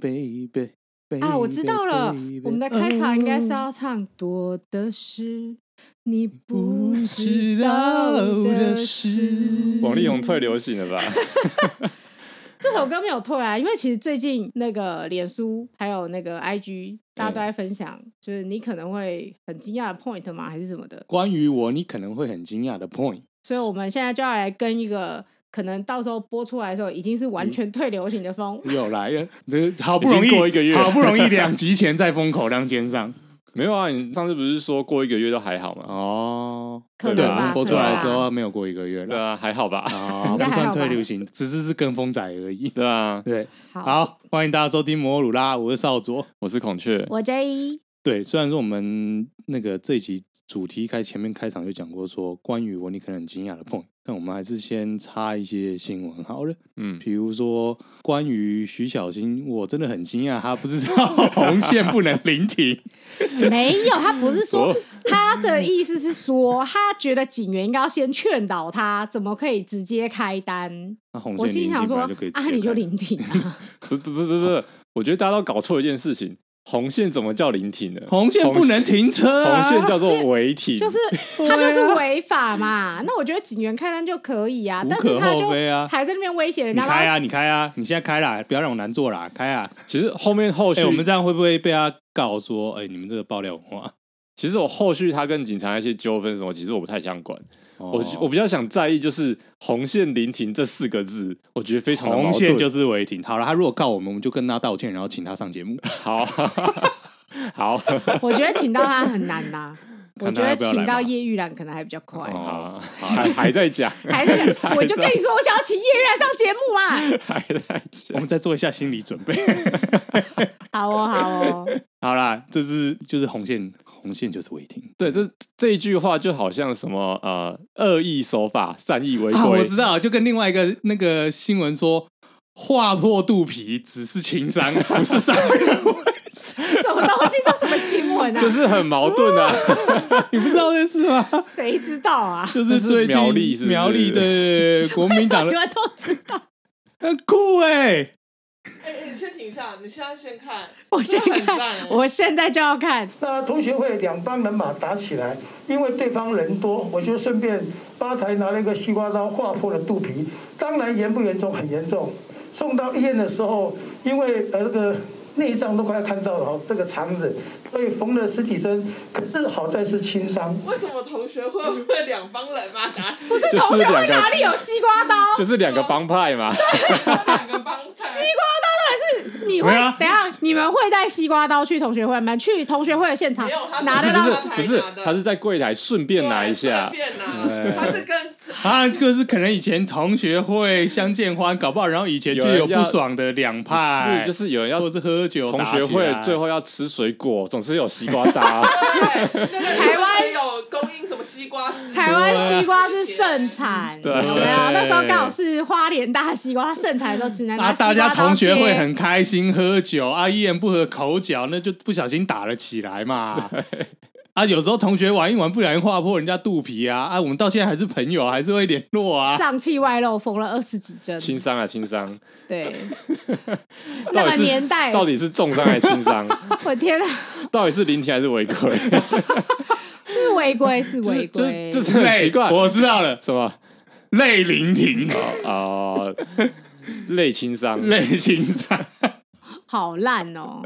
baby。啊，我知道了， baby，我们的开场应该是哦要唱《多的是你不嗯不知知道道的的事事》。王力宏退流行了吧？ 这首歌没有退啊，因为其实最近那个脸书还有那个 IG，大家都在嗯分享，就是你可能会很惊讶的 point 嘛，还是什么的。关于我，你可能会很惊讶的 point，所以我们现在就要来跟一个可能到时候播出来的时候已经是嗯完全退流行的风，又来了，这个好不容已易经过一个月好不 容易两集前在风口浪尖上没有啊，你上次不是说过一个月都还好吗？哦，可对能啊吧？播出来的可时能吧候没有过一个月对了，啊，还好吧？ 啊，应该不还好算吧退流行，只是是跟风仔而已。对啊，对，好，好，欢迎大家收听摩鲁拉，我是少佐。我是孔雀，我 J 对，虽然说我们那个这一集主题开前面开场就讲过说关于我你可能很惊讶的 point，但我们还是先插一些新闻好了。嗯，比如说关于徐小新，我真的很惊讶，他不知道 红线不能临停。 没有，他不是说哦他的意思是说，他觉得警员应该要先劝导他，怎么可以直接开单？那红我线心临想停本说，来就可以直接啊，你就开聆听 啊，不不不不不，我觉得大家都搞错一件事情，红线怎么叫临停呢？红线不能停车、红啊，线，红 线叫做违停，就是他就是违法嘛。那我觉得警员开单就可以啊，无但是可他就厚非啊还在那边威胁人你家，开然后啊，你开啊，你现在开啦，不要让我难做啦，开啊！其实后面后哎、续、我们这样会不会被他告说，哎、你们这个爆料文化？其实我后续他跟警察一些纠纷什么，其实我不太想管。我哦我比较想在意就是“红线临停”这四个字，我觉得非常的红矛线盾就是违停。好了，他如果告我们，我们就跟他道歉，然后请他上节 目。好 好我觉得请到他很难呐、我看觉他要得不要请来到嘛叶玉兰可能还比较快。哦好，还还在讲， 还是我就跟你说，我想要请叶玉兰上节目啊！还在我讲。们再做一下心理准备。 好哦，好哦，好啦，这是就是红线，红线就是违停。对，这这一句话就好像什么呃，恶意手法、善意违啊，我规知，道，就跟另外一个那个新闻说，划破肚皮只是情商，不是伤人。什么东西？这什么新闻啊？就是很矛盾啊。 你不知道这事吗？谁知道啊？ 就是最近苗栗是不是苗栗的国民党你 的们都知 道。很酷哎、哎、哎，你先停一下，你现在先看，我先这很棒啊哎看，我现在就要看。那同学会两帮人马打起来，因为对方人多，我就顺便吧台拿了一个西瓜刀划破了肚皮。当然严不严重，很严重。送到医院的时候，因为呃那个内脏都快要看到了哦，这个肠子，所以缝了十几针，可是好在是轻伤。为什么同 学会会两帮人嘛打起？不这就是同学会两个哪里有西瓜刀？就是两个帮派嘛， 两个帮派，西瓜刀当然是你会没有啊等一下你们会带西瓜刀去同学会吗？去同学会的现场没有他是拿不得是到不西是不是，他是在柜台顺便拿一下哎对随，便拿，他是跟啊，就是可能以前同学会相见欢，搞不好然后以前就有人有不要爽的两派，是就是有人要或是喝酒同打学起会来最后要吃水果，总是有西瓜搭。对那个台湾有供应什么西瓜汁，台湾西瓜是盛产，有对啊没有？那时候刚好是花莲大西瓜盛产的时候，只能拿啊，西大瓜刀家切。同学会很开心喝酒啊，一言不合口角，那就不小心打了起来 嘛。啊，有时候同学玩一玩，不小心划破人家肚皮啊，啊，我们到现在还是朋友，还是会联络啊。上气外露，缝了二十几针。轻伤啊，轻伤！对，那到个底是年代，到底是重伤还是轻伤？ 我天啊，到底是临停还是违规？ 是违规，是啊违规，就是就是很奇怪。我知道了，什么泪聆 听，啊？类轻伤， 泪情伤。好烂哦！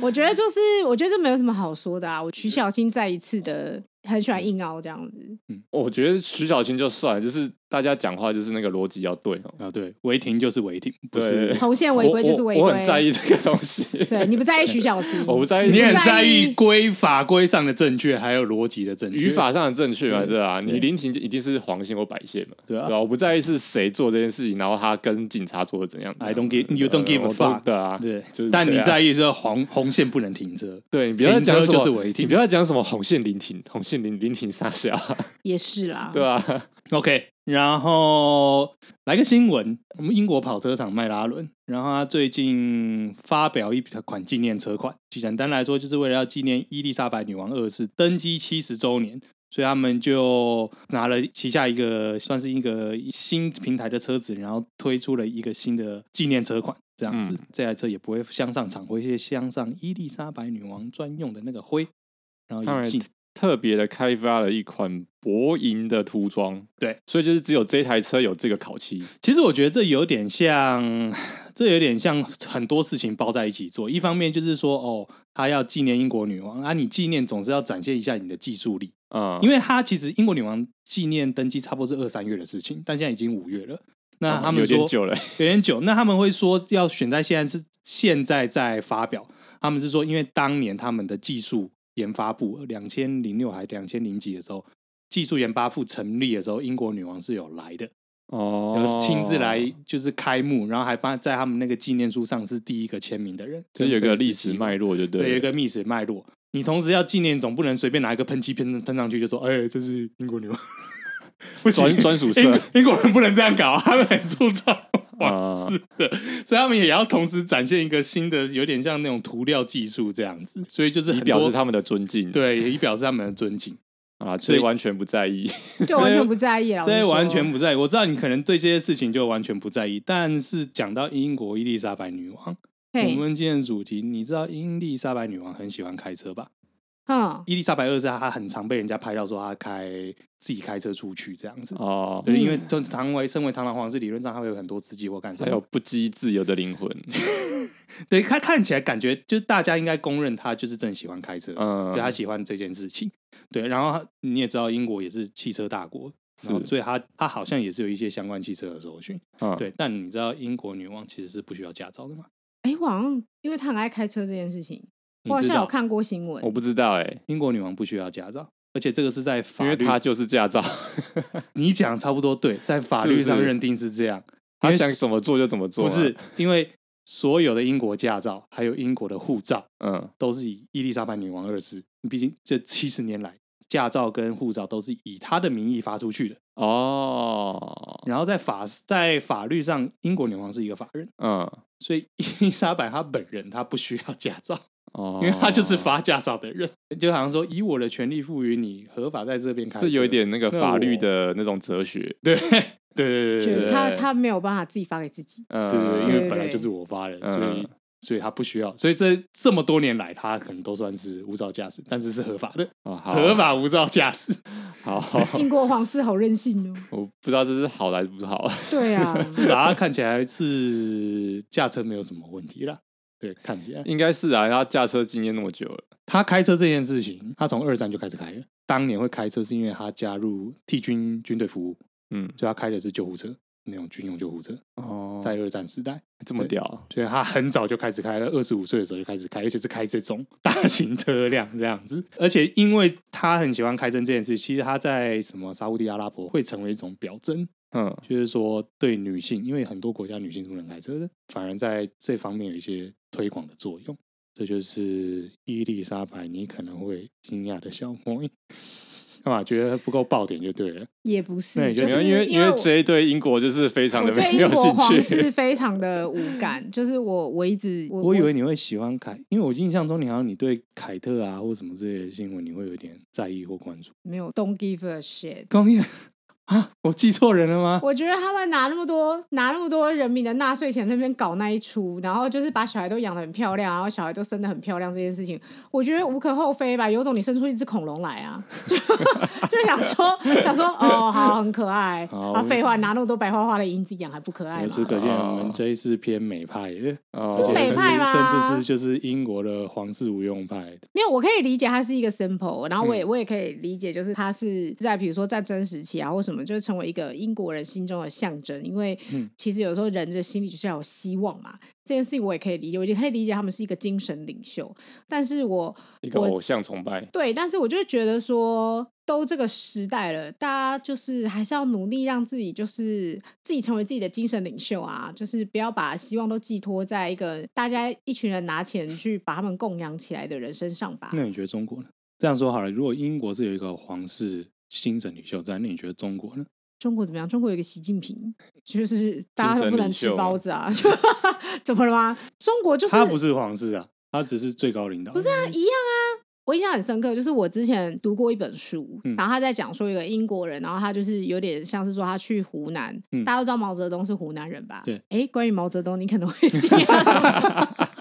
我觉得就是，我觉得这没有什么好说的啊。我徐小新再一次的很喜欢硬凹这样子，我觉得徐小青就算了，就是大家讲话就是那个逻辑要对哦。啊，对，违停就是违停，不对是。红线违规就是违规。我我我很在意这个东西， 对，你不在意徐小新， 我不在意你很在在意意规法规上的正确，还有逻辑的正确。语法上的正确嘛，对啊，嗯对你临停就一定是黄线或白线嘛，对啊对吧？我不在意是谁做这件事情，然后他跟警察做的怎样。 I don't give- you don't give a 我都 fuck 对啊，对就是，但你这样在意是红红线不能停车，对你不要再讲停什车么就是违停你不要再讲什么红线临停，红线临临停杀小，也是啦。对啊， OK，然后来个新闻，我们英国跑车厂迈拉伦，然后他最近发表一款纪念车款，简单来说就是为了要纪念伊丽莎白女王二世登基七十周年，所以他们就拿了旗下一个算是一个新平台的车子，然后推出了一个新的纪念车款。这样子嗯，这台车也不会镶上厂徽，是镶上伊丽莎白女王专用的那个徽，然后当引然进特别的开发了一款薄银的涂装，对，所以就是只有这台车有这个烤漆，其实我觉得这有点像，这有点像很多事情包在一起做。一方面就是说，哦，他要纪念英国女王啊，你纪念总是要展现一下你的技术力，啊，因为他其实英国女王纪念登基差不多是二三月的事情，但现在已经五月了。那哦他们有说、点久了，有点久，那他们会说要选在现在是现在在发表，他们是说因为当年他们的技术研发部两千零六还两千零几的时候，技术研发部成立的时候，英国女王是有来的。哦有，亲自来就是开幕，然后还帮在他们那个纪念书上是第一个签名的人，就是有跟个这历次机史会脉络，就对对，有一了，个历史脉络。你同时要纪念，总不能随便拿一个喷漆喷喷上去就说，哎、这是英国女王， 不行，专专属英色，英国人不能这样搞，啊他们很注重王 啊室的，所以他们也要同时展现一个新的，有点像那种涂料技术这样子，所以就是以很表多示他们的尊敬，对，也以表示他们的尊敬。啊，所所以以完全不 在意，就完全不在意了。这些我就说完全不在意。我知道你可能对这些事情就完全不在意，但是讲到英国伊丽莎白女王，我嘿，们今天的主题，你知道伊丽莎白女王很喜欢开车吧？嗯，伊丽莎白二世她很常被人家拍到说她开自己开车出去这样子。哦，对，因嗯为就唐为身为堂堂皇室，理论上她会有很多司机或干什还有么。不羁自由的灵魂，对，她看起来感觉就是大家应该公认她就是真的喜欢开车，嗯，对她喜欢这件事情。对，然后她你也知道英国也是汽车大国，然后是所以她她好像也是有一些相关汽车的搜寻。嗯对，但你知道英国女王其实是不需要驾照的吗？哎，我好像因为他很爱开车这件事情，你我好知像有道看过新闻我。不知道哎，英国女王不需要驾照，而且这个是在法因律，为他就是驾照， 你讲差不多对，在法是不律上是认定是这样。因他为想是怎么做就怎么做，啊不是，因为所有的英国驾照还有英国的护照嗯，都是以伊丽莎白女王二世，毕竟这七十年来。驾照跟护照都是以她的名义发出去的，哦，然后在法在法律上，英国女王是一个法人，嗯，所以伊丽莎白她本人她不需要驾照，哦，因为他就是发驾照的人，就好像说以我的权利赋予你合法在这边开车，这有一点那个那法律我的那种哲学，对对对对对就对他对他没有办法自己发给自己，嗯，对，因为对本来就是我发的，嗯所以所以他不需要，所以这这么多年来他可能都算是无照驾驶，但是是合法的，哦好合法无照驾驶，好， 英国皇室好任性哦。我不知道这是好还是不 好，对啊， 至少他看起来是驾车没有什么问题啦。对，看起来应该是啊，他驾车经验那么久了，他开车这件事情，他从二战就开始开了。当年会开车是因为他加入替军军队服务，嗯，所以他开的是救护车，那种军用救护车。哦在二战时代，这么对屌，啊所以他很早就开始开了，二十五岁的时候就开始开，而且是开这种 大型车辆这样子。而且因为他很喜欢开灯这件事，其实他在什么沙烏地阿拉伯会成为一种表征，嗯，就是说对女性，因为很多国家女性是不能开车的，反而在这方面有一些推广的作用。这就是伊丽莎白，你可能会惊讶的小莫， 干嘛觉得不够爆点就对了。也不那是，你觉得就没有是因为因为我这一对英国就是非常我的对没英有国皇兴室趣，非常的无感，就是我我一直我我以为你会喜欢凯，因为我印象中你好像你对凯特啊或什么之类的新闻，你会有点在意或关注。没有 don't give a shit。 工业啊，我记错人了吗？我觉得他们拿那么多拿那么多人民的纳税钱在那边搞那一出，然后就是把小孩都养得很漂亮，然后小孩都生得很漂亮这件事情，我觉得无可厚非吧。有种你生出一只恐龙来啊， 就就想说想说哦，好很可爱好啊，废话拿那么多白花花的银子养还不可爱由吗？此可见，哦我们这一次偏美派的，哦而且是美派吗甚至是就是英国的皇室无用派的。没有，我可以理解它是一个 simple，然后我也、我也可以理解，就是它是在比如说战争时期啊或什么，就是成为一个英国人心中的象征。因为嗯其实有时候人的心里就是要有希望嘛，这件事情我也可以理解，我也可以理解他们是一个精神领袖。但是我一个偶像崇拜，对，但是我就会觉得说，都这个时代了，大家就是还是要努力让自己就是自己成为自己的精神领袖啊，就是不要把希望都寄托在一个大家一群人拿钱去把他们供养起来的人身上吧。那你觉得中国呢？这样说好了，如果英国是有一个皇室精神领袖在，那你觉得中国呢？中国怎么样？中国有一个习近平，就是大家都不能吃包子啊，就 怎么了吗？中国就是他不是皇室啊，他只是最高领导。不是啊，一样啊，我印象很深刻，就是我之前读过一本书，嗯然后他在讲说一个英国人，然后他就是有点像是说他去湖南，嗯大家都知道毛泽东是湖南人吧？对哎，关于毛泽东，你可能会惊讶。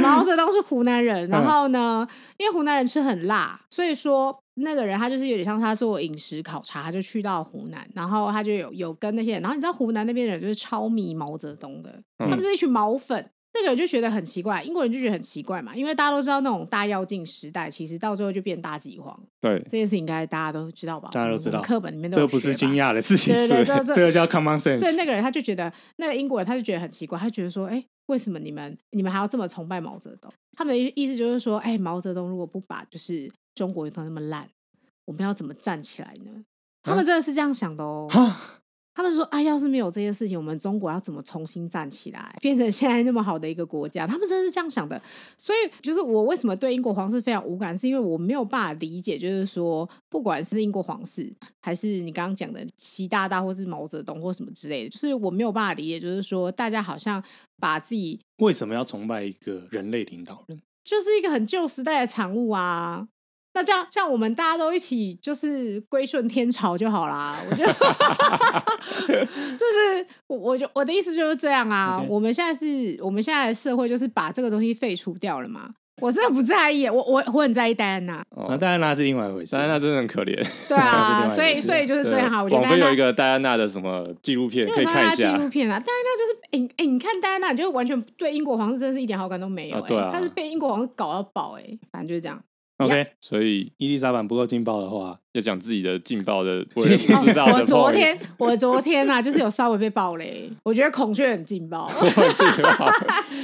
毛泽东是湖南嗯人，然后呢，因为湖南人吃很辣，所以说那个人他就是有点像他做饮食考察，他就去到湖南，然后他就有有跟那些人，然后你知道湖南那边的人就是超迷毛泽东的，嗯他们是一群毛粉。那个人就觉得很奇怪，英国人就觉得很奇怪嘛，因为大家都知道那种大跃进时代，其实到最后就变大饥荒，对这件事情应该大家都知道吧？大家都知道我们课本里面都这有不是学吧惊讶的事情，对是不对这是这这个叫 common 所以 sense。那个人他就觉得，那个英国人他就觉得很奇怪，他觉得说，哎、为什么你们你们还要这么崇拜毛泽东？他们的意思就是说，哎、毛泽东如果不把就是中国弄得那么烂，我们要怎么站起来呢？他啊们真的是这样想的哦。他们说：“啊，要是没有这些事情，我们中国要怎么重新站起来，变成现在那么好的一个国家？”他们真的是这样想的。所以，就是我为什么对英国皇室非常无感，是因为我没有办法理解，就是说，不管是英国皇室，还是你刚刚讲的习大大，或是毛泽东，或什么之类的，就是我没有办法理解，就是说，大家好像把自己为什么要崇拜一个人类领导人？就是一个很旧时代的产物啊。那这样，这样我们大家都一起就是归顺天朝就好啦。我 觉得，就是我，我就我的意思就是这样啊。 OK 我们现在是我们现在的社会就是把这个东西废除掉了嘛。我真的不在意，我我我很在意戴安娜，那哦，当然那是另外一回事。戴安娜真的很可怜。 对啊，是另所外一以回事所以就是这样啊哈。我觉对得网戴飞安娜有一个戴安娜的什么纪录片因为可以我看看到他一纪下录，片啊，戴安娜就是，哎、哎、你看戴安娜，你就完全对英国皇室真的是一点好感都没有、啊哎对啊她是被英国皇室搞到爆、哎，反正就是这样。 OK，所以伊丽莎白不够劲爆的话， 要讲自己的劲爆的， 我也不知道我的。昨天，我昨天啊，就是有稍微被爆雷，我觉得孔雀很劲 爆。我劲爆，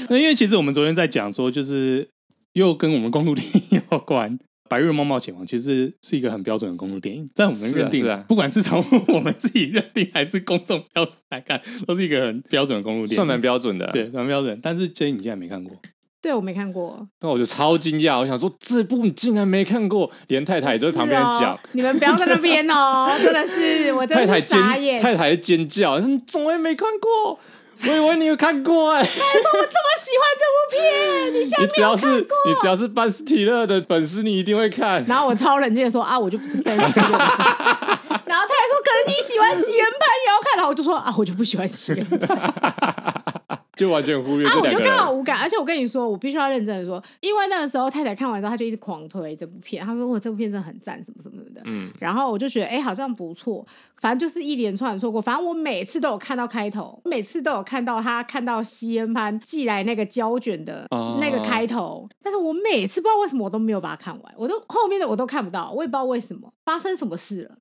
那因为其实我们昨天在讲说，就是又跟我们公路电影有关，《白日梦冒险王》其实是一个很标准的公路电影，在我们是啊认定，是啊不管是从 我们自己认定还是公众标准来看，都是一个很标准的公路电影，算蛮标准的。对，算蛮标准。但是 J 你竟然没看过，对我没看过，那我就超惊讶，我想说这部你竟然没看过，连太太也在旁边是讲哦，，你们不要在那边哦，真的是，我太真太的是傻尖，眼。太太尖叫，你怎么也没看过？我以为你有看 过哎、他说我这么喜欢这部片，你现在你只要是你只要是班斯提勒的粉丝，你一定会看。然后我超冷静的说啊，我就不是 奔驰。然后他还说，可是你喜欢喜恩派也要看，然后我就说啊，我就不喜欢喜恩派，就完全忽略啊，这我两就个刚人。好无感。而且我跟你说，我必须要认真的说，因为那个时候太太看完之后，她就一直狂推这部片，她说我这部片真的很赞，什么什么的。嗯，然后我就觉得，哎、好像不错。反正就是一连串的错过，反正我每次都有看到开头，每次都有看到他看到西恩潘寄来那个胶卷的哦那个开头，但是我每次不知道为什么我都没有把它看完，我都后面的我都看不到，我也不知道为什么发生什么事了。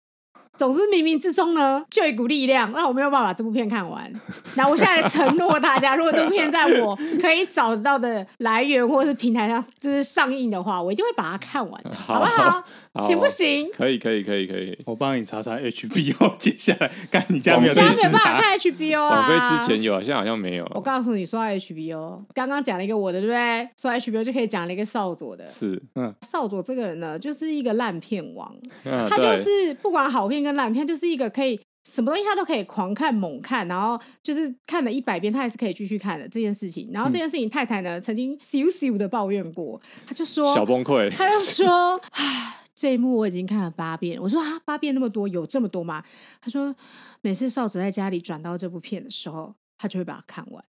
总之，冥冥之中呢，就有一股力量让我没有办法把这部片看完。然后我现在来承诺大家，如果这部片在我可以找得到的来源或是平台上就是上映的话，我一定会把它看完的，好好不好？好行不行？可以可以可以可以。我帮你查查 HBO 接下来，看你家没有我电现在视没有办法台。看 HBO 啊。网飞之前有啊，现在好像没有。我告诉你，说到 HBO，刚刚讲了一个我的，对不对？说到 HBO 就可以讲了一个少佐的。是， 少佐这个人呢，就是一个烂片王，嗯，他就对是不管好片跟烂片，就是一个可以什么东西他都可以狂看猛看，然后就是看了一百遍，他还是可以继续看的这件事情。然嗯后这件事情，太太呢曾经羞羞的抱怨过，他就说小崩溃。 他就说：“唉，这一幕我已经看了八遍。”我说：“啊，八遍那么多，有这么多吗？”他说：“每次少佐在家里转到这部片的时候，他就会把它看完。”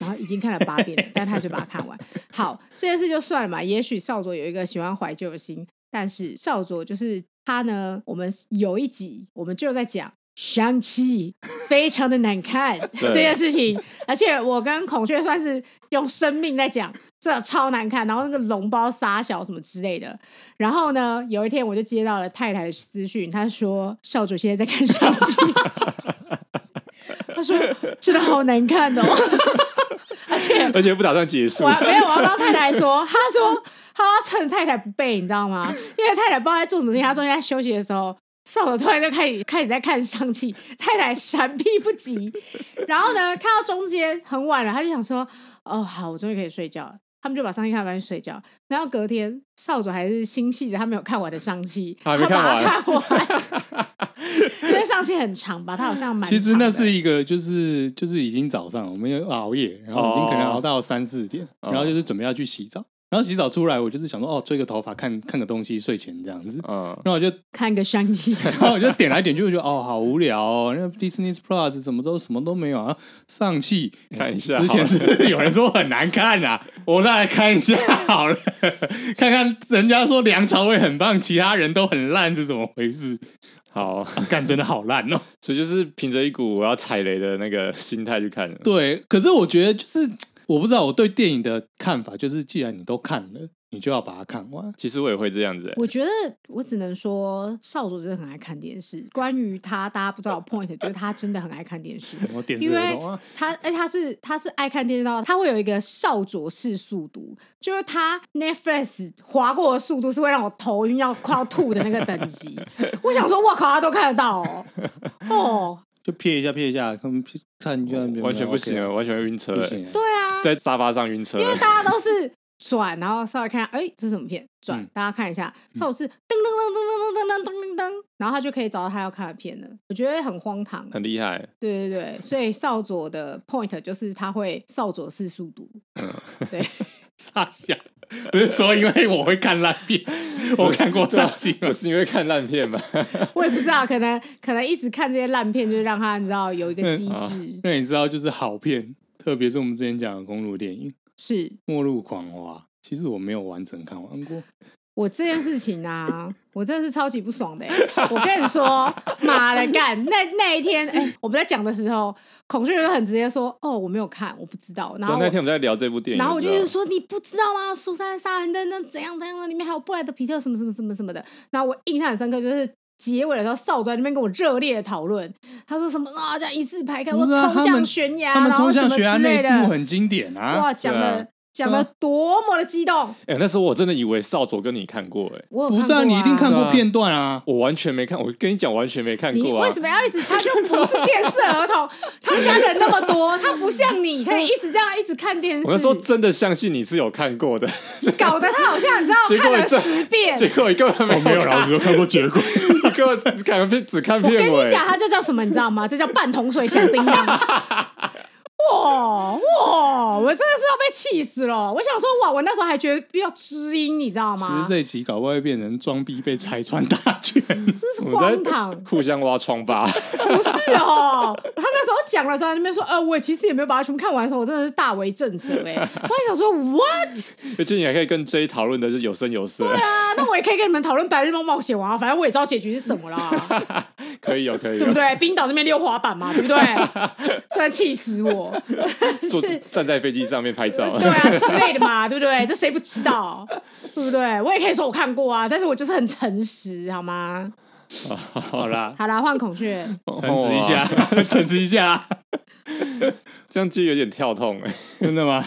然后已经看了八遍了，但他还是把它看完。好，这件事就算了嘛。也许少佐有一个喜欢怀旧的心，但是少佐就是他呢。我们有一集我们就在讲香气，非常的难看这件事情，而且我跟孔雀算是用生命在讲，这超难看。然后那个笼包撒小什么之类的。然后呢，有一天我就接到了太太的私讯，她说少佐现在在看香气。她说：“真的好难看哦，而且而且不打算结束我，要没有，我要帮太太说，他说他要趁太太不备，你知道吗？因为太太不知道在做什么事情，他中间在休息的时候，少佐突然就开始开始在看上气，太太闪避不及，然后呢，看到中间很晚了，他就想说，哦，好，我终于可以睡觉了。他们就把上气看完就睡觉了，然后隔天少佐还是心细着，他没有看我的上气，他还他没把它看看完， 因为上气很长吧，他好像蛮其实那长的是一个，就是就是已经早上，我们要熬夜，然后已经可能熬到三四点，哦然后就是准备要去洗澡，然后洗澡出来，我就是想说，哦，吹个头发，看看个东西，睡前这样子。嗯，然后我就，看个相机，然后我就点来点去，我觉得哦，好无聊哦。那 Disney Plus 怎么都什么都没有啊？上汽看一下之前好是 有人说很难看啊，我再来看一下好了，看看人家说梁朝伟很棒，其他人都很烂是怎么回事？好，干真的好烂哦。 所以就是凭着一股我要踩雷的那个心态去看的。对，可是我觉得就是我不知道我对电影的看法，就是既然你都看了，你就要把它看完。其实我也会这样子、欸，我觉得我只能说少佐真的很爱看电视。关于他，大家不知道的 point 就是他真的很爱看 电视。我点因视为儿童啊，他，哎、他是他是爱看电视到他会有一个少佐式速读，就是他 Netflix 划过的速度是会让我头晕要快要吐的那个等 级。我想说，哇靠，他都看得到哦，哦，就瞥一下瞥一下，看看一下，完全不行， OK 啊，完全会晕车、不欸，行啊。对啊，在沙发上晕车、因为欸。大家都是转，然后稍微看一下，哎、这是什么片？转，嗯大家看一下，邵老师噔噔噔噔噔噔噔噔噔噔，然后他就可以找到他要看的片了。我觉得很荒唐，呃很厉害，对对对，所以少佐的 point 就是他会少佐式速 读，对，傻笑，不是说因为我会看烂 片，我看过上集不是因为看烂片吧？我也不知道，可能可能一直看这些烂片，就让他你知道有一个嗯机啊制、那你知道，就是好片，特别是我们之前讲的公路电影《是。末路狂花》，其实我没有完整看完过。我这件事情啊，我真的是超级不爽的、欸。我跟你说，妈的干！那那一天，哎、我们在讲的时候，孔雀就很直接说：“哦，我没有看，我不知道。”然对后那我天我们在聊这部电影，然后我就你一知直道说：“你不知道吗？苏珊·杀人灯灯怎样怎样的，里面还有布莱德·皮特什么什么什么什么的。”然后我印象很深刻，就是结尾的时候，少主在那边跟我热烈的讨论，他说什么啊，这样一字排开，我不是啊冲他们向悬崖，他们然后冲什向么之悬崖啊那类一的，幕很经典啊哇，！讲对啊的讲的多么的激动！哎、那时候我真的以为少佐跟你看过、欸，哎，我有不是啊，过你一定看对过啊片段啊。我完全没看，我跟你讲完全没看你过啊为什。么要一直？他就不是电视儿 童，他们家人那么多，他不像你可以一直这样一直看电我那时候视，真的相信你是有看过的，搞得他好像你知道结看果了这十遍。结果你根本没有看，师看过结果。你根本只看片，只看 我片跟尾你。讲，他这叫什么？你知道吗？这叫半桶水响叮 当。哇哇！我真的是要被气死了！我想说，哇，我那时候还觉得要知音，你知道其实吗？这一集搞 不好会啊变成装逼被拆穿大 全。真是我荒们唐在，互相挖疮 疤，不是哦。他那时候讲了之后，在那边说，呃，我其实也没有把它全部看完的时候，我真的是大为震慑哎。我还想说，what？而且你还可以跟 J 讨论的是有声有色，啊，那我也可以跟你们讨论《白日梦冒险王》啊，反正我也知道结局是什么 啦，可以有可以对不有，对？冰岛那边溜滑板嘛，对 不对？真的气死我，坐真 的是。站在飞机上面拍照对，啊，之类的嘛，对不对？这谁不知道，对不对？我也可以说我看过啊，但是我就是很诚实，好吗？好啦，好啦，换孔雀，啊诚实一下 哦哇，诚实一下，啊这样就有点跳痛哎。真的吗？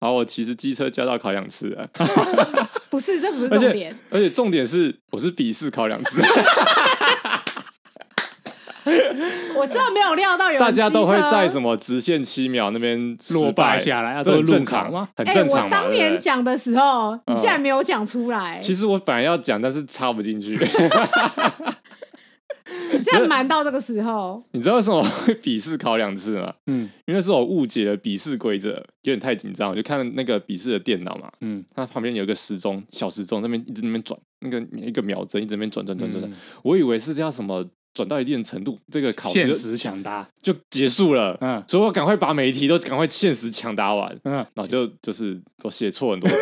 然后我骑着机车驾照考两次啊，不是，这不是而重且点，而且重点是我是笔试考 两次，我真的没有料到有人大家都会机车在什么直线七秒那边失败落败下来啊这都很是路正考常吗很哎、正常我嘛。当对不对年讲的时候，你嗯竟然没有讲出来，其实我本来要讲，但是插不进去。你竟然瞒到这个时候，你知道为什么会笔试考两次吗？嗯因为那时候我误解了笔试规则，有点太紧张，我就看那个笔试的电脑嘛，嗯，它旁边有一个时钟，小时钟那边一直在那边转，那个一个秒针一直在那边转转转转转，嗯我以为是要什么转到一定的程度，这个考试现就实抢答，就结束了。嗯所以我赶快把每一题都赶快限时抢答完，嗯，然后就就是都写错很多题，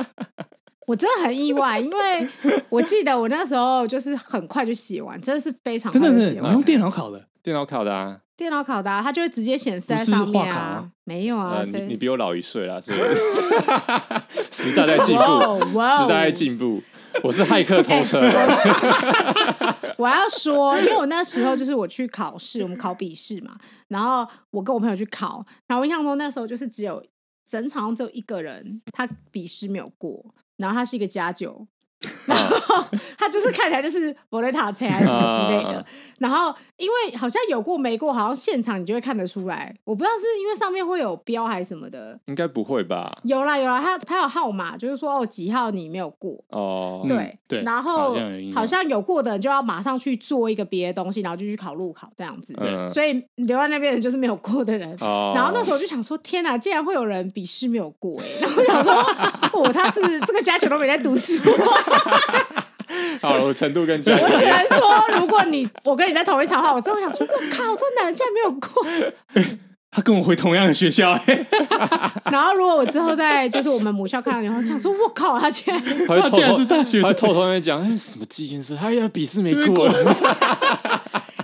我真的很意外，因为我记得我那时候就是很快就写完，真的是非常快真的就是写你完用。电脑考的，电脑考的啊。电脑考的、啊，它就会直接显示在不是上面画卡啊啊，没有啊呃，，你谁你比我老一岁啦，所以 时代在进哇哦步，哇哦时代在进步。我是骇客偷 车，哎我要说，因为我那时候就是我去考试，我们考笔试嘛，然后我跟我朋友去考，然后我印象中那时候就是只有整场只有一个人，他笔试没有过，然后他是一个加九，然后后他就是看起来就是博雷塔车还是什么之类的啊。然后因为好像有过没过，好像现场你就会看得出来。我不知道是因为上面会有标还是什么的。应该不会吧？有啦有啦，他他有号码，就是说哦几号你没有过。哦，嗯对、对然好后像有印象好像有过的人就要马上去做一个别的东西，然后就去考路考这样子。嗯所以留在那边的人就是没有过的人。哦，然后那时候我就想说，天哪，竟然会有人笔试没有过哎、 然后我想说，我、他是这个家球都没在读书，好了，我程度跟 j 我只能说，如果你我跟你在同一场的话，我真的会想说，我靠，这男的竟然没有过。他跟我回同样的学 校、欸，然后如果我之后在就是我们母校看到你，我会想说，我靠，他竟然他 会他偷竟然偷是大学他生会偷偷在那边讲，哎，什么纪念生？哎呀，笔试没过，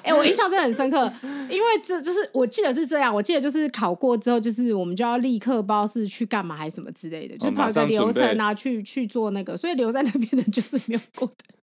哎、我印象真的很深刻，因为这就是我记得是这样，我记得就是考过之后，就是我们就要立刻不知道是去干嘛还是什么之类哦的，就是跑一个流程啊，去去做那个，所以留在那边的就是没有过的。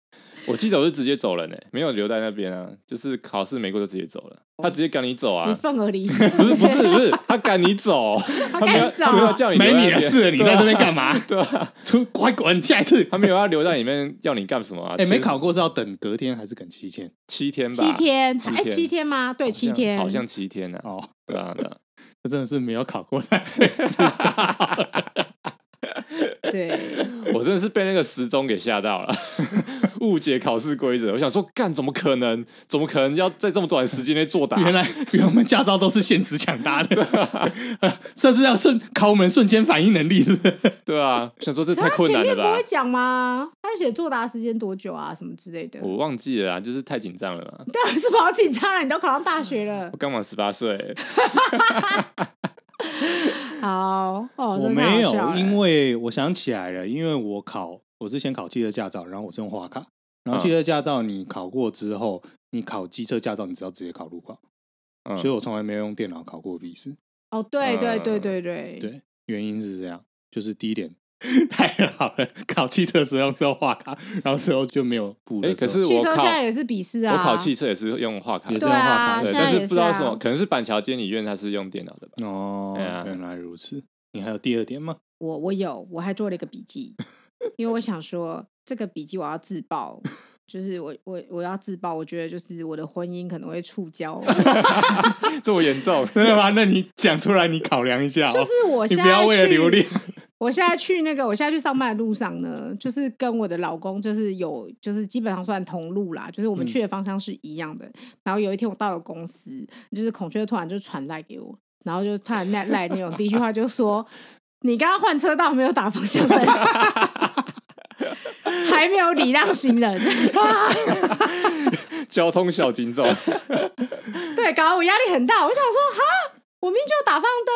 我记得我是直接走人诶，没有留在那边啊，就是考试没过就直接走了，他直接赶你走你啊。份额 离席，不是不是不是，他赶你走， 他没赶有你走他没有叫你没留在你那的边事了，你在这边啊干 嘛？对啊，出快滚，下一次。他没有要留在里面要你干什么啊？哎、其实没考过是要等隔天还是等七天？七天吧，七天，七哎、天七天吗？对，好像七天，好像七天啊，哦，对啊对啊，这真的是没有考过的。 对，我真的是被那个时钟给吓到了， 误解考试规则。我想说，干怎么可能？怎么可能要在这么短时间内作答？ 原来，原来我们驾照都是限时抢答的， 甚至要瞬考我们瞬间反应能力，是不是？对啊，我想说这可太他前困难面了不会吧？讲吗？他写作答时间多久啊，什么之类的。我忘记了啊，就是太紧张了嘛。当然是好紧张了，你都考上大学了我。刚满十八岁，好，哦，我真的太好没笑有，了因为我想起来了，因为我考我是先考汽车驾照，然后我是用画卡，然后嗯汽车驾照你考过之后，你考机车驾照，你只要直接考路考，嗯所以我从来没有用电脑考过笔试。哦，对对嗯对对对对原因是这样，就是第一点太老了，考汽车的时候用这画卡，然后之后就没有补哎、的时可候。是汽我车考现在也是笔试啊，我考汽车也是用画卡也的，是对用画啊，卡对，现但在是也不是知道啊什么，可能是板桥监理院它是用电脑的吧？ 哦，哎呀原来如此。你还有第二点吗？我我有，我还做了一个笔 记，因为我想说这个笔记我要自 爆，就是我我我要自爆，我觉得就是我的婚姻可能会触 礁，这么严重？ 真的吗？那你讲出来，你考量一下、哦。就是我你现不要在为了去留恋，我现在去那个，我现在去上班的路上呢，就是跟我的老公就是有，就是基本上算同路啦，就是我们嗯去的方向是一样的。然后有一天我到了公司，就是孔雀突然就传赖给我，然后就突然赖赖那种，第一句话就说：“你刚刚换车道没有打方向 灯，还没有礼让 行人。交通小警长，对，搞得我压力很大。我想说，哈，我明明就有打方向灯。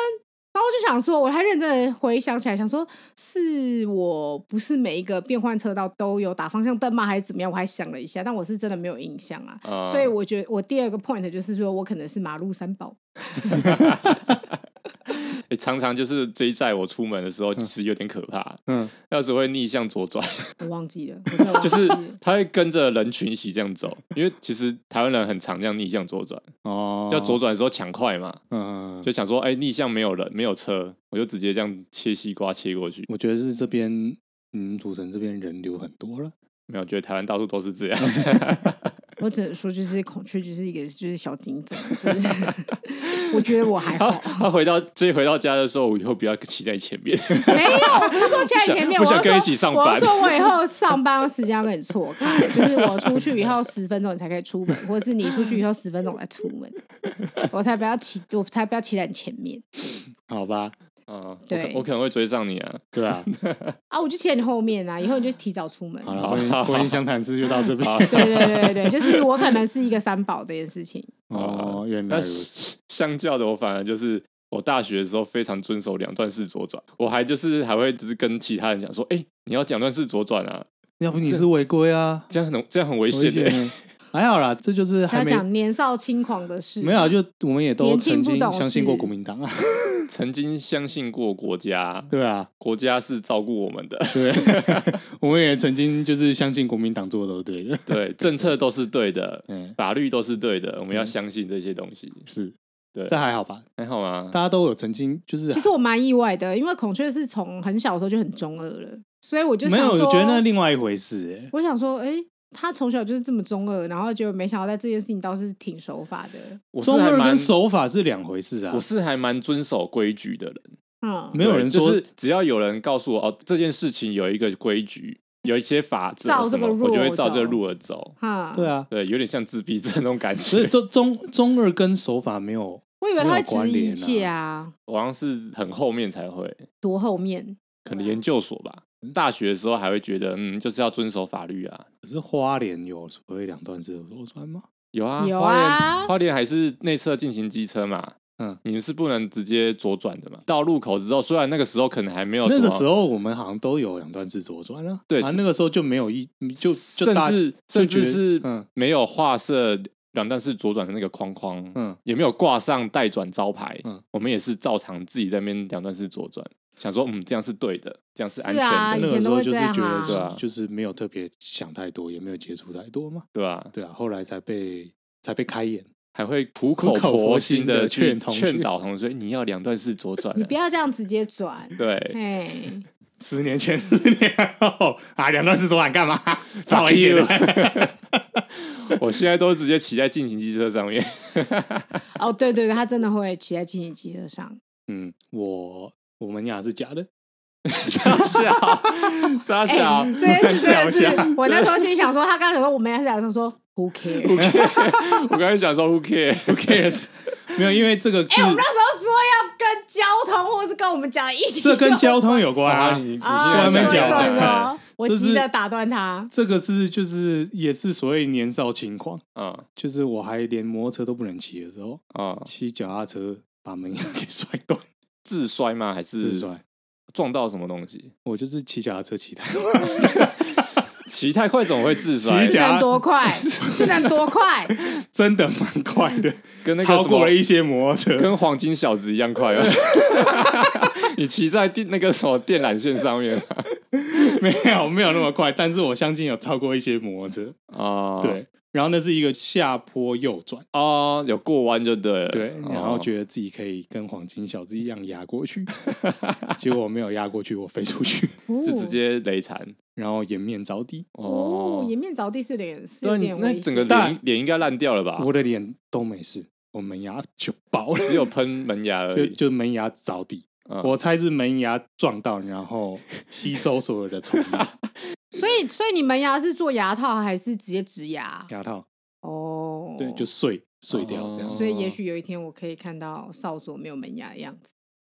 然后我就想说，我还认真的回想起来，想说是我不是每一个变换车道都有打方向灯吗？还是怎么样？我还想了一下，但我是真的没有印象啊。啊所以我觉得我第二个 point 就是说我可能是马路三宝， 欸常常就是追债我出门的时候，其实有点可怕。嗯，要是会逆向左转， 我忘记了，我真的忘就记是了他会跟着人群一起这样走，因为其实台湾人很常这样逆向左转，哦要左，转的时候抢快嘛，嗯，就想说，哎、逆向没有人，没有车，我就直接这样切西瓜切过去。我觉得是这边，嗯，土城这边人流很多了，没有，觉得台湾到处都是这样。我只能说就是孔雀就是一个就是小警长，就是 我觉得我还他好， 他回到追回到家的时候，我以后不要骑在你前面。 没有，我不是说骑在前面，不我想要不想跟说，你一起上班我要说我以后上班时间要跟你错开，就是我出去以后十分钟你才可以出门，或者是你出去以后十分钟才出门， 我才不要骑，我才不要骑在你前面好吧？啊，我对可我可能会追上你啊。对 啊，啊！我就骑在你后面啊，以后你就提早出门。好了，婚姻婚姻相谈室就到这边。 对对对对对，就是我可能是一个三宝这件事情。哦，原来但如此。是相较的，我反而就是我大学的时候非常遵守两段式左转，我还就是还会就是跟其他人讲说，哎、你要讲段式左转啊，要不你是违规啊？这样很这样很危危险欸的、险。 还好啦，这就是他还没讲年少轻狂的事， 没有啊，就我们也都年轻曾不经懂相信过事国民党啊， 曾经相信过国家，对啊，国家是照顾我们的，对， 我们也曾经就是相信国民党做的都是对的，对，政策都是对的，嗯，法律都是对的，我们要相信这些东西，是， 对嗯这还好吧？还好啊吗大？家都有曾经就是，其实我蛮意外的，因为孔雀是从很小的时候就很中二了，所以我就没想有，说，我觉得那另外一回事、欸。我想说，哎、他从小就是这么中二，然后就没想到在这件事情倒是挺守法的。我是中还二蛮跟手法是两回事啊我，是还蛮遵守规矩的人，嗯，没有人对说就是只要有人告诉我哦，这件事情有一个规矩，有一些法则什照么，这个路我就会走照这个路而走。哈，对啊，对，有点像自闭症那种感所以觉，中中中二跟手法没有我以为他没会有质关疑一联啊切啊， 我好像是很后面才会，多后面可能研究所吧，嗯大学的时候还会觉得，嗯，就是要遵守法律啊。可是花莲有所谓两段式螺栓吗？有啊，有花啊莲花莲还是内侧进行机车嘛，嗯，你们是不能直接左转的嘛。到路口之后，虽然那个时候可能还没有什那么个时候我们好像都有两段式左转啊，对啊，那个时候就没有一就就甚大至就甚觉至得是嗯没有画设两段式左转的那个框框，嗯也没有挂上待转招牌，嗯我们也是照常自己在那边两段式左转，想说嗯这样是对的，这样是安是全的，啊那以个前时都候会就是这样觉啊得对啊是就是没有特别想太多，也没有接触太多嘛，对吧？对啊，后来才被才被开眼，还会苦苦口婆婆心心地的劝去同劝学导同学，你要两段式左转啊，你不要这样直接转，对。哎，十年前十年后啊，两段式左转干嘛？超危险 you 的， 我现在都直接骑在进行机车 上面，哦，对对对，他真的会骑在经济机车上，嗯，我我门牙是假的，傻笑， 傻哎、啊笑，这件事真的是傻笑，我那时候心里想说，他刚才说我们也是想说，Who cares？ 我刚才想说 who care who cares，没有，因为这个是、哎、我们那时候说要跟交通，或是跟我们讲的议题，这跟交通有关哇，啊你你现啊，在还没你说讲完 你说我这急是着打断他，这个是就是也是所谓年少轻狂， 嗯就是我还连摩托车都不能骑的时候，嗯，哦骑脚踏车把门牙 给摔 断，自摔吗？还是自摔。撞到什么东西？我就是骑脚踏车骑太快，骑太快怎么会自摔骑？是脚能 多快？是能多快？ 真的蛮快 的，跟那个超什么过了，一些摩托车。跟黄金小子一样快啊！ 你骑在电那个什么电缆线上面啊没有没有那么快，但是我相信有超过一些摩托车。？哦 对，然后那是一个下坡右转，哦，有过弯就对了。对，然后哦觉得自己可以跟黄金小子一样压过 去，结果我没有压过去，我飞出去，就直接雷残然后颜面着地，哦哦，。颜面着地是有点是对有啊，你点危那险整个但脸脸应该烂掉了吧？我的脸都没事，我门牙就爆了，只有喷门牙而就已。就门牙着地。嗯我猜是门牙撞到，然后吸收所有的虫牙所以所以你门牙是做牙套还是直接植牙？牙套，哦，对，就碎碎掉这样哦子。所以也许有一天我可以看到少佐没有门牙的样子。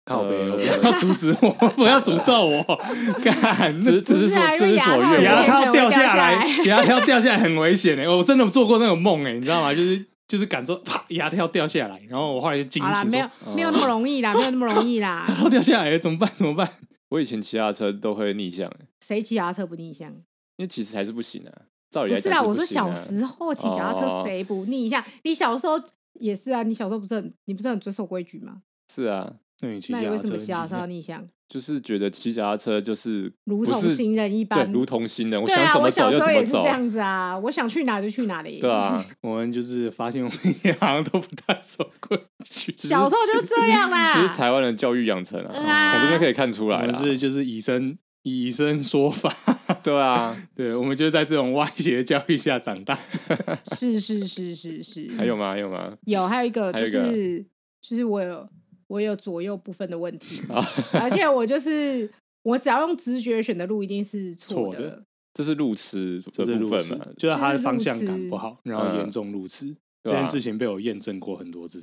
靠北， 呃不要阻止我，不要诅咒我， 干，只只不是是说啊，因这为是牙 所套愿牙望套掉下来 牙套 牙掉下，来 套掉下来很危险的。欸我真的做过那种梦哎，你知道吗？就是就是感受啪，牙套掉下来，然后我后来就惊好啦，醒，没说有没有那么哦容易啦，没有那么容易 啦。牙套掉下来了，怎么办？怎么办？我以前骑他车都会逆向，欸谁骑牙车不逆向？因为其实还是不行啊。照理不来是讲啦，我哦不说行啊小时候骑脚踏车哦谁不逆向？你小时候也是啊，你小时候不是很你不是很遵守规矩吗？是啊，那你骑那你牙为什么骑车脚踏车要逆向？就是觉得骑脚踏车就是如不同是行人一对，般。如同行人，我对想啊，怎我么走小就时候怎也么是走这，样子啊，我想去哪就去哪里。对啊，我们就是发现我们 好像都不太守规矩，小时候就是这样其实 啦。台湾的教育养成啊，嗯啊从这边可以看出我来们啦，是就是以身以身说法， 对啊，对，我们就在这种歪斜教育下长大。是是是是是。还有吗？还有吗？有，还有一个还就有一个是就是我有我有左右部分的问题， 啊，而且我就是我只要用直觉选的路一定是错错的这是路痴这就是部路分啊痴嘛，，就是他的就是路方向痴感不好，然后嗯严重路痴。这对啊件事情被我验证过很多次，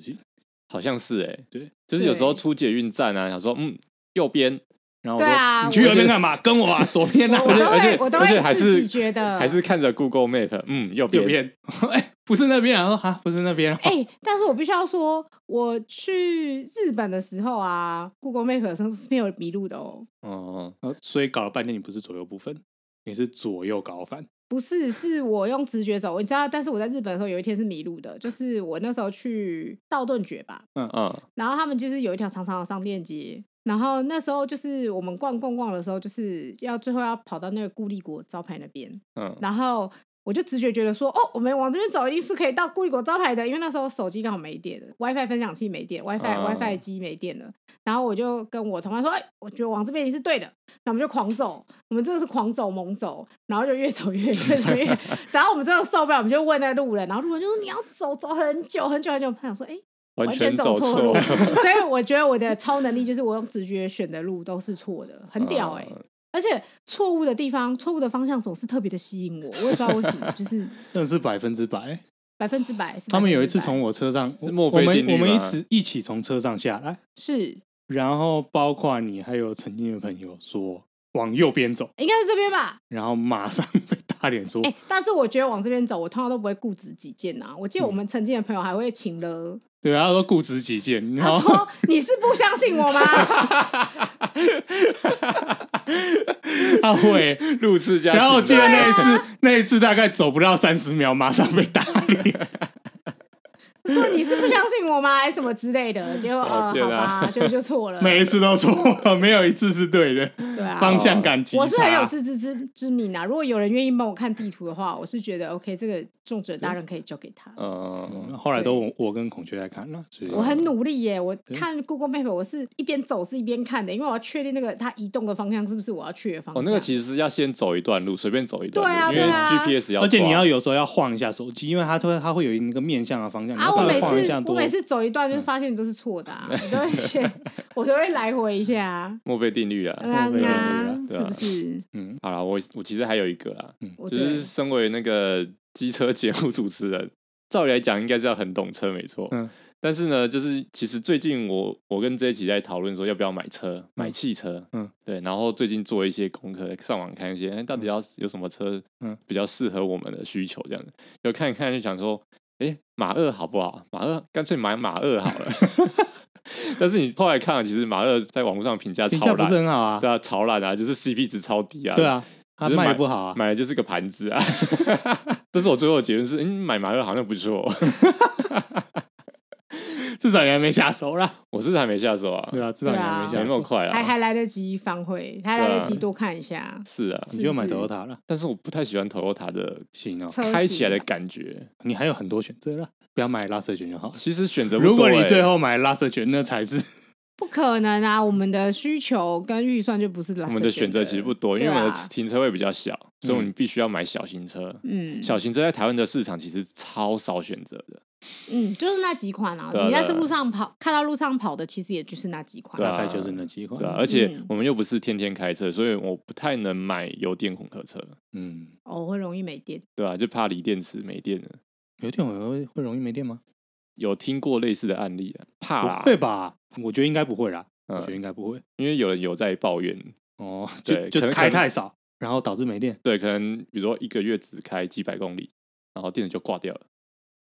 好像是哎，对，就是有时候出捷运站啊，想说嗯，右边，然后我对啊说：“你去我右边干嘛？跟我啊，左边啊，我都而且会，我都而且会还自己是觉得还是看着 Google Map，嗯，右右边，边。”哎，不是那边啊！我说啊，不是那边啊。哎、但是我必须要说，我去日本的时候啊，Google Map 有时候是没有迷路的哦。哦，然后所以搞了半天，你不是左右部分，你是左右搞反。不是，是我用直觉走。你知道，但是我在日本的时候有一天是迷路的，就是我那时候去道顿崛吧，嗯，然后他们就是有一条长长的商店街，然后那时候就是我们逛逛逛的时候，就是要最后要跑到那个固力果招牌那边，嗯，然后我就直觉觉得说，哦，我们往这边走一定是可以到故里国招牌的，因为那时候手机刚好没电了，WiFi 分享器没电，WiFi、啊 WiFi 机没电了，然后我就跟我同伴说，哎，我觉得往这边一定是对的，那我们就狂走，我们真的是狂走猛走，然后就越走越远，越走越远，然后我们真的受不了，我们就问那个路人，然后路人就说你要走走很久很久很久，我朋友说，哎，完全走走错错 路，路，所以我觉得我的超能力就是我用直觉选的路都是错的，很屌哎、嗯而且错误的地方、错误的方向总是特别的吸引我，我也不知道为什么，就是真的是百分之百。百分之百。是他们有一100%次从我车上，我是墨我菲们定律我们一吗起一起从车上下来，是然后包括你还有曾经的朋友说往右边走，应该是这边吧？然后马上被打脸说哎、但是我觉得往这边走，我通常都不会固执己见呐、我记得我们曾经的朋友还会请了，对，啊他说固执己见，然他后说：“你是不相信我吗？”他 会，路痴加起来。然后我记得那一次，那一次大概走不到三十秒，马上被打脸。他说：“你是不相信我吗？”还是什么之类的，结果哦呃，天好啊吧，就就 错了，每一次都错了，没有一次是对 的，对啊，方向感极差。我是很有自知之之明啊。如果有人愿意帮我看地图的话，我是觉得 OK，这个重责大任可以交给他。嗯，嗯后来都我我跟孔雀在看了，所以我很努力耶，我看 Google Map，我是一边走是一边看的，因为我要确定那个它移动的方向是不是我要去的方向。哦，那个其实是要先走一段路，随便走一段啊对啊路，因为对啊 GPS 要抓，而且你要有时候要晃一下手机，因为它会它会有一个面向的方向，你啊，要我稍每微晃一下次我多。每次走一段嗯就发现都是错的、 啊，我都会先我都会来回一下啊，墨菲定律啊。嗯啊我没嗯有啊，对啊是不是？嗯，好了，我我其实还有一个啦，我就对是身为那个机车节目主持人，照理来讲应该是要很懂车没错，嗯，但是呢，就是其实最近我我跟这一起在讨论说要不要买车，买汽车，嗯，对，然后最近做一些功课，上网看一些，哎，到底要有什么车，嗯，比较适合我们的需求，这样子，就看一看就想说，哎，马二好不好？马二干脆买马二好了。 但是你后来看了，其实马二在网络上评价评超价不烂是，很好啊对，啊，超烂啊，就是 CP 值超低啊，对啊，它只是买卖不好啊，买的就是个盘子啊。 但是我最后的结论是，嗯，买马二好像不错，至少你还没下手啦，我是还没下手啊，对啊，至少你还没没下那么手，快还啊。还来得及反悔，还来得及对啊多看一下。是啊，你就买是不是 Toyota 了，但是我不太喜欢 Toyota 的行哦，车型开起来的感觉。你还有很多选择啦，不要买拉色卷就 好。其实选择不多如果你欸最后买拉色卷，那才是不可能啊！我们的需求跟预算就不是我我们的选择其实不多，因为我们啊的停车位比较小，嗯所以我们必须要买小型车。嗯小型车在台湾的市场其实超少选择的，嗯，就是那几款啊。对啊你在对啊路上跑，看到路上跑的，其实也就是那几款。对啊大概就是那几款对。啊，而且嗯我们又不是天天开车，所以我不太能买油电混合车，嗯，哦，会容易没电。对吧、就怕锂电池没电了。有电混合会会容易没电吗？有听过类似的案例啊，怕啦不会吧？我觉得应该不会啦，我嗯觉得应该不会。因为有人有在抱怨，哦，就对就可能开可能太少，然后导致没电。对，可能比如说一个月只开几百公里，然后电池就挂掉了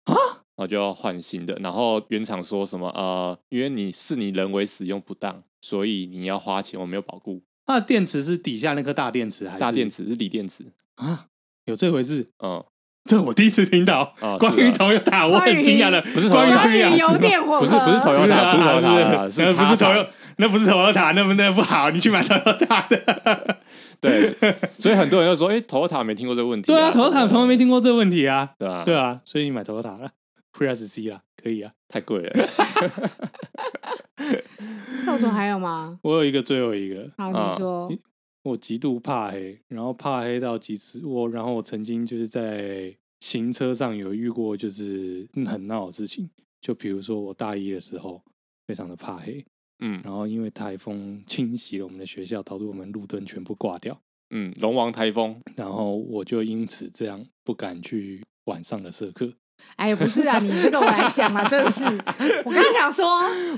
啊，然后就要换新的。然后原厂说什么呃，因为你是你人为使用不当，所以你要花钱，我没有保固，它的电池是底下那颗大电池还是大电池是锂电池，啊？有这回事？ 嗯，这我第一次听 到。啊关于是啊 Toyota，我很惊讶的，不是关于 Toyota 关于 Prius 油电混合，不是不是不 Toyota 是不那不是 Toyota，是是他 Toyota，那不是 Toyota，那不那不好，你去买 Toyota 的。对，所以很多人就说，哎，Toyota 没听过这个问题，对啊，Toyota 从来没听，听过这个问题啊。对啊，对啊，所以你买 Toyota 了，Prius C 啦，可以啊。太贵了，少佐还有吗？我有一个，最后一个，好，啊你说你我极度怕黑，然后怕黑到极致。我然后我曾经就是在行车上有遇过就是很闹的事情，就比如说我大一的时候非常的怕黑，嗯然后因为台风侵袭了我们的学校，导致我们路灯全部挂掉，嗯，龙王台风， 然后我就因此这样不敢去晚上的社课。哎呀，不是啊，你这个我来讲啊，真的是，我刚刚想说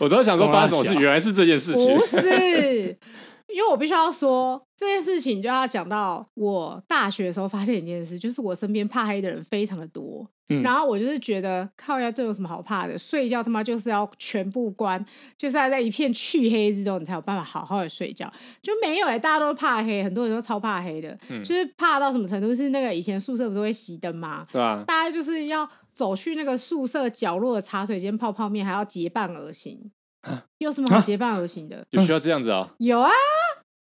我都想说发生什东拉么事，小原来是这件事情 不，是，因为我必须要说这件事情，就要讲到我大学的时候发现一件事，就是我身边怕黑的人非常的多，嗯然后我就是觉得靠呀，这有什么好怕的？睡觉他妈就是要全部关，就是要在一片黢黑之中，你才有办法好好的睡觉，就没有哎、大家都怕黑，很多人都超怕黑的，嗯就是怕到什么程度？是那个以前宿舍不是会熄灯吗？对啊吧？大家就是要走去那个宿舍角落的茶水间泡泡面，还啊要结伴而行。有什么好结伴而行的？有需要这样子啊？有啊，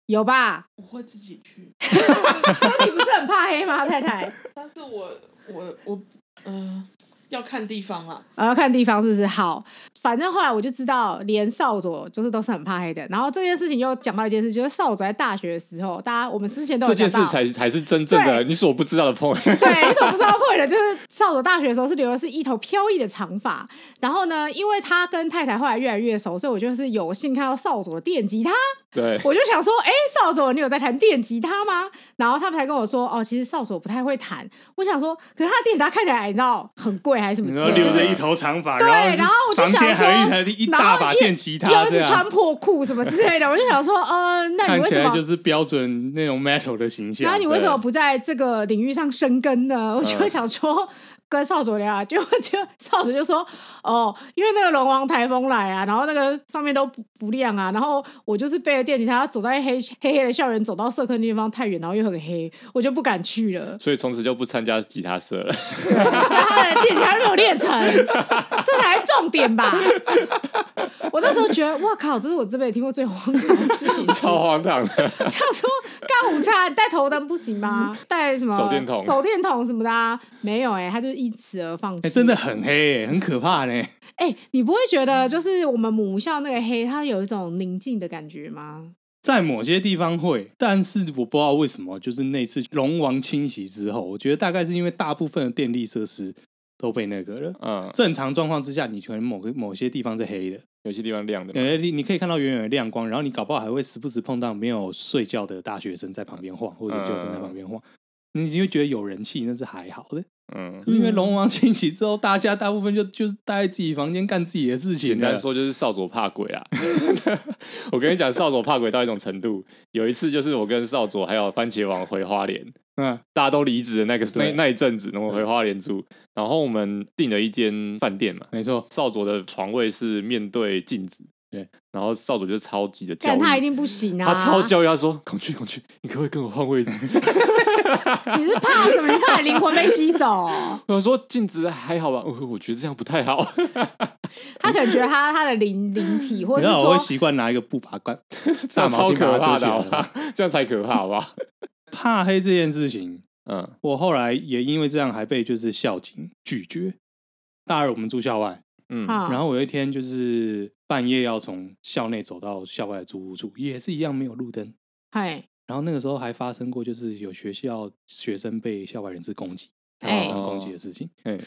有 吧？我会自己去，那你不是很怕黑吗，太太？但是我我我嗯、要看地方啦。然后看地方是不是好。反正后来我就知道，连少佐就是都是很怕黑的。然后这件事情又讲到一件事，就是少佐在大学的时候，大家我们之前都有讲这件到事才才是真正的对你所不知道的 point。对，你怎么不知道会的？就是少佐大学的时候是留的是一头飘逸的长发，然后呢，因为他跟太太后来越来越熟，所以我就是有幸看到少佐的电吉他， 对，。我就想说，哎、少佐，你有在弹电吉他吗？然后他们才跟我说，哦，其实少佐不太会弹。我想说，可是他的电吉他看起来你知道很贵还是什么你之说类的，留就着是一头长发，对然然后我就房间想说还有一台一然后大把又电吉他，又这是穿样破裤什么之类的，我就想说，呃，那你看为起什来么？就是标准那种 metal 的形象。然后你为什么对不在这个领域上生根呢？我就嗯会想说跟少佐聊啊，就就少佐就说哦，因为那个龙王台风来啊，然后那个上面都不不亮啊，然后我就是背着电吉他走在黑黑黑的校园，走到社科那地方太远，然后又很黑，我就不敢去了所以从此就不参加吉他社了。 所以他的电吉他没有练成，这才是重点吧。我那时候觉得，哇靠，这是我这辈子听过最荒唐的事情，超荒唐的，想说干午餐带头灯不行 吗？带什么手电筒手电筒什么的啊？没有哎、他就因此而放弃。哎 真的很黑耶，很可怕呢。哎、你不会觉得就是我们母校那个黑，它有一种宁静的感觉吗？在某些地方会，但是我不知道为什么，就是那次龙王侵袭之后，我觉得大概是因为大部分的电力设施都被那个了。嗯，正常状况之下，你可能某个某些地方是黑的，有些地方亮的嘛，呃，你你可以看到远远的亮光，然后你搞不好还会时不时碰到没有睡觉的大学生在旁边晃，或嗯者就生在旁边晃，你就会觉得有人气，那是还好的。嗯，因为龙王侵袭之后，大家大部分就就是待在自己房间干自己的事情简了。单说就是少佐怕鬼啦。 我跟你讲，少佐怕鬼到一种程度，有一次就是我跟少佐还有番茄王回花莲，嗯，大家都离职的那个那对那一阵子，我们回花莲住，然后我们订了一间饭店嘛，没错，少佐的床位是面对镜子，对，然后少佐就超级的焦但他一虑。定不行啊！他超，焦虑，他说：“孔雀，孔雀，你可不可以跟我换 位置？”你是怕什么？你怕你灵魂被吸 走？我说镜子还好吧，哦我我觉得这样不太好。他可能觉得他他的灵灵体，或你知者是道我说会习惯拿一个布把它 关，这 大样毛超巾把它遮可怕起的，来好了 吧？这样才可怕，好不好？怕黑这件事情， 嗯，我后来也因为这样还被就是校警拒绝。大二我们住校外，嗯啊，然后我有一天就是半夜要从校内走到校外的租屋处，也是一样没有路灯。哎然后那个时候还发生过，就是有学校学生被校外人士攻击，哎然后攻击的事情。哎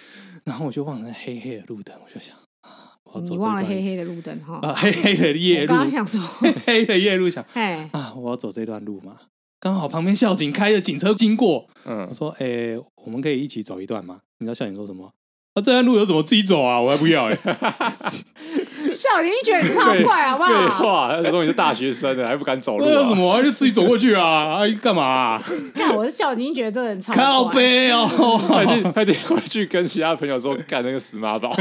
然后我就望着黑黑的路灯，我就想，啊我要走你这忘了段黑黑的路灯哈？啊，黑黑的夜我路，刚刚 想说，黑黑的夜路想 哎，啊，我要走这段路嘛。刚好旁边校警开着警车经过，我嗯，说：“哎、我们可以一起走一段吗？”你知道校警说什么？啊，这段路有什么自己走啊？我还不要嘞！笑你一觉得你超怪好不废好？哦话，他说你是大学生了，还不敢走路那有什 啊？么、啊、就自己走过去啊？啊，干嘛啊、看我是笑你一觉得这个人超靠怪。背 哦！快啊点，快点回去跟其他朋友说，干那个死妈宝。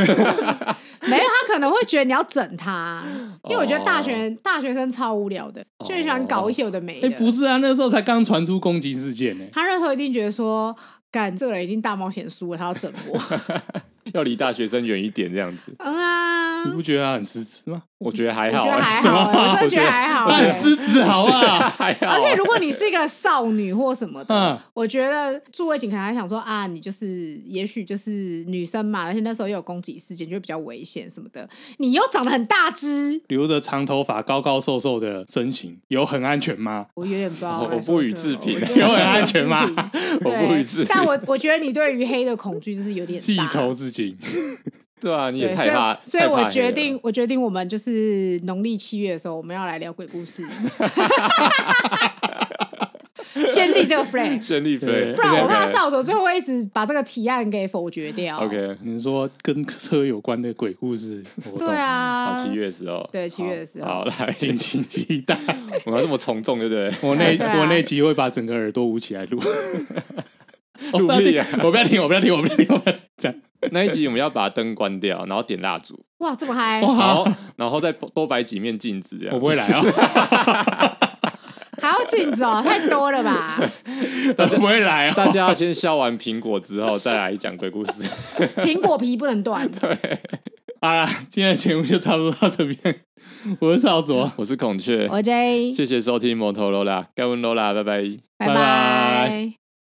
没有，他可能会觉得你要整他，因为我觉得大学、大学生超无聊的，就很喜欢搞一些有的没的。哦哎、不是啊，那时候才刚传出攻击事件呢、他那时候一定觉得说，干这个人一定大冒险输了，他要整 我。要离大学生远一点，这样子，嗯啊，你不觉得他很失职吗？我觉得还我好啊觉得还欸，好、欸，我真的觉得 还 好、他很欸。啊失职，好不啊好？ 还好。啊而且如果你是一个少女或什么的，嗯我觉得诸位警可能还想说啊，你就是也许就是女生嘛，而且那时候又有攻击事件，就比较危险什么的。你又长得很大只，留着长头发、高高瘦瘦的身形，有很安全吗？我有点不知道哦我该我说不什予么置评我觉 得有很不安予全置吗评我不 对予置但我我觉得你对于黑的恐惧就是有点记大仇至今，对啊，你也对，太怕，所以所以太怕黑我了决定，我决定我们就是农历七月的时候，我们要来聊鬼故 事， 先立这个 flag，绚丽飞，对不然我怕 OK，少嗯佐最后会一直把这个提案给否决掉。 OK，你说跟车有关的鬼故事，我懂，对啊，好，七月的时候，对七月的时候好来，敬 请期待。我们要这么从众，对不对？ 我那、哎 对啊我那集会把整个耳朵捂起来录。 我录不要屁听啊， 我不要听，我不要听，我不要听，我不要听。这样那一集我们要把灯关掉，然后点蜡烛，哇，这么嗨，哇，好，然后再多摆几面镜子，这我样不会来 啊、 还要镜子哦，太多了吧？我不会来啊、大家要先削完苹果之后，再来讲鬼故事。 苹果皮不能断，好啦，今天的节目就差不多到这边。我是少佐，我是孔雀，我 J，谢谢收听摩托罗拉，盖文罗拉，拜拜。拜拜。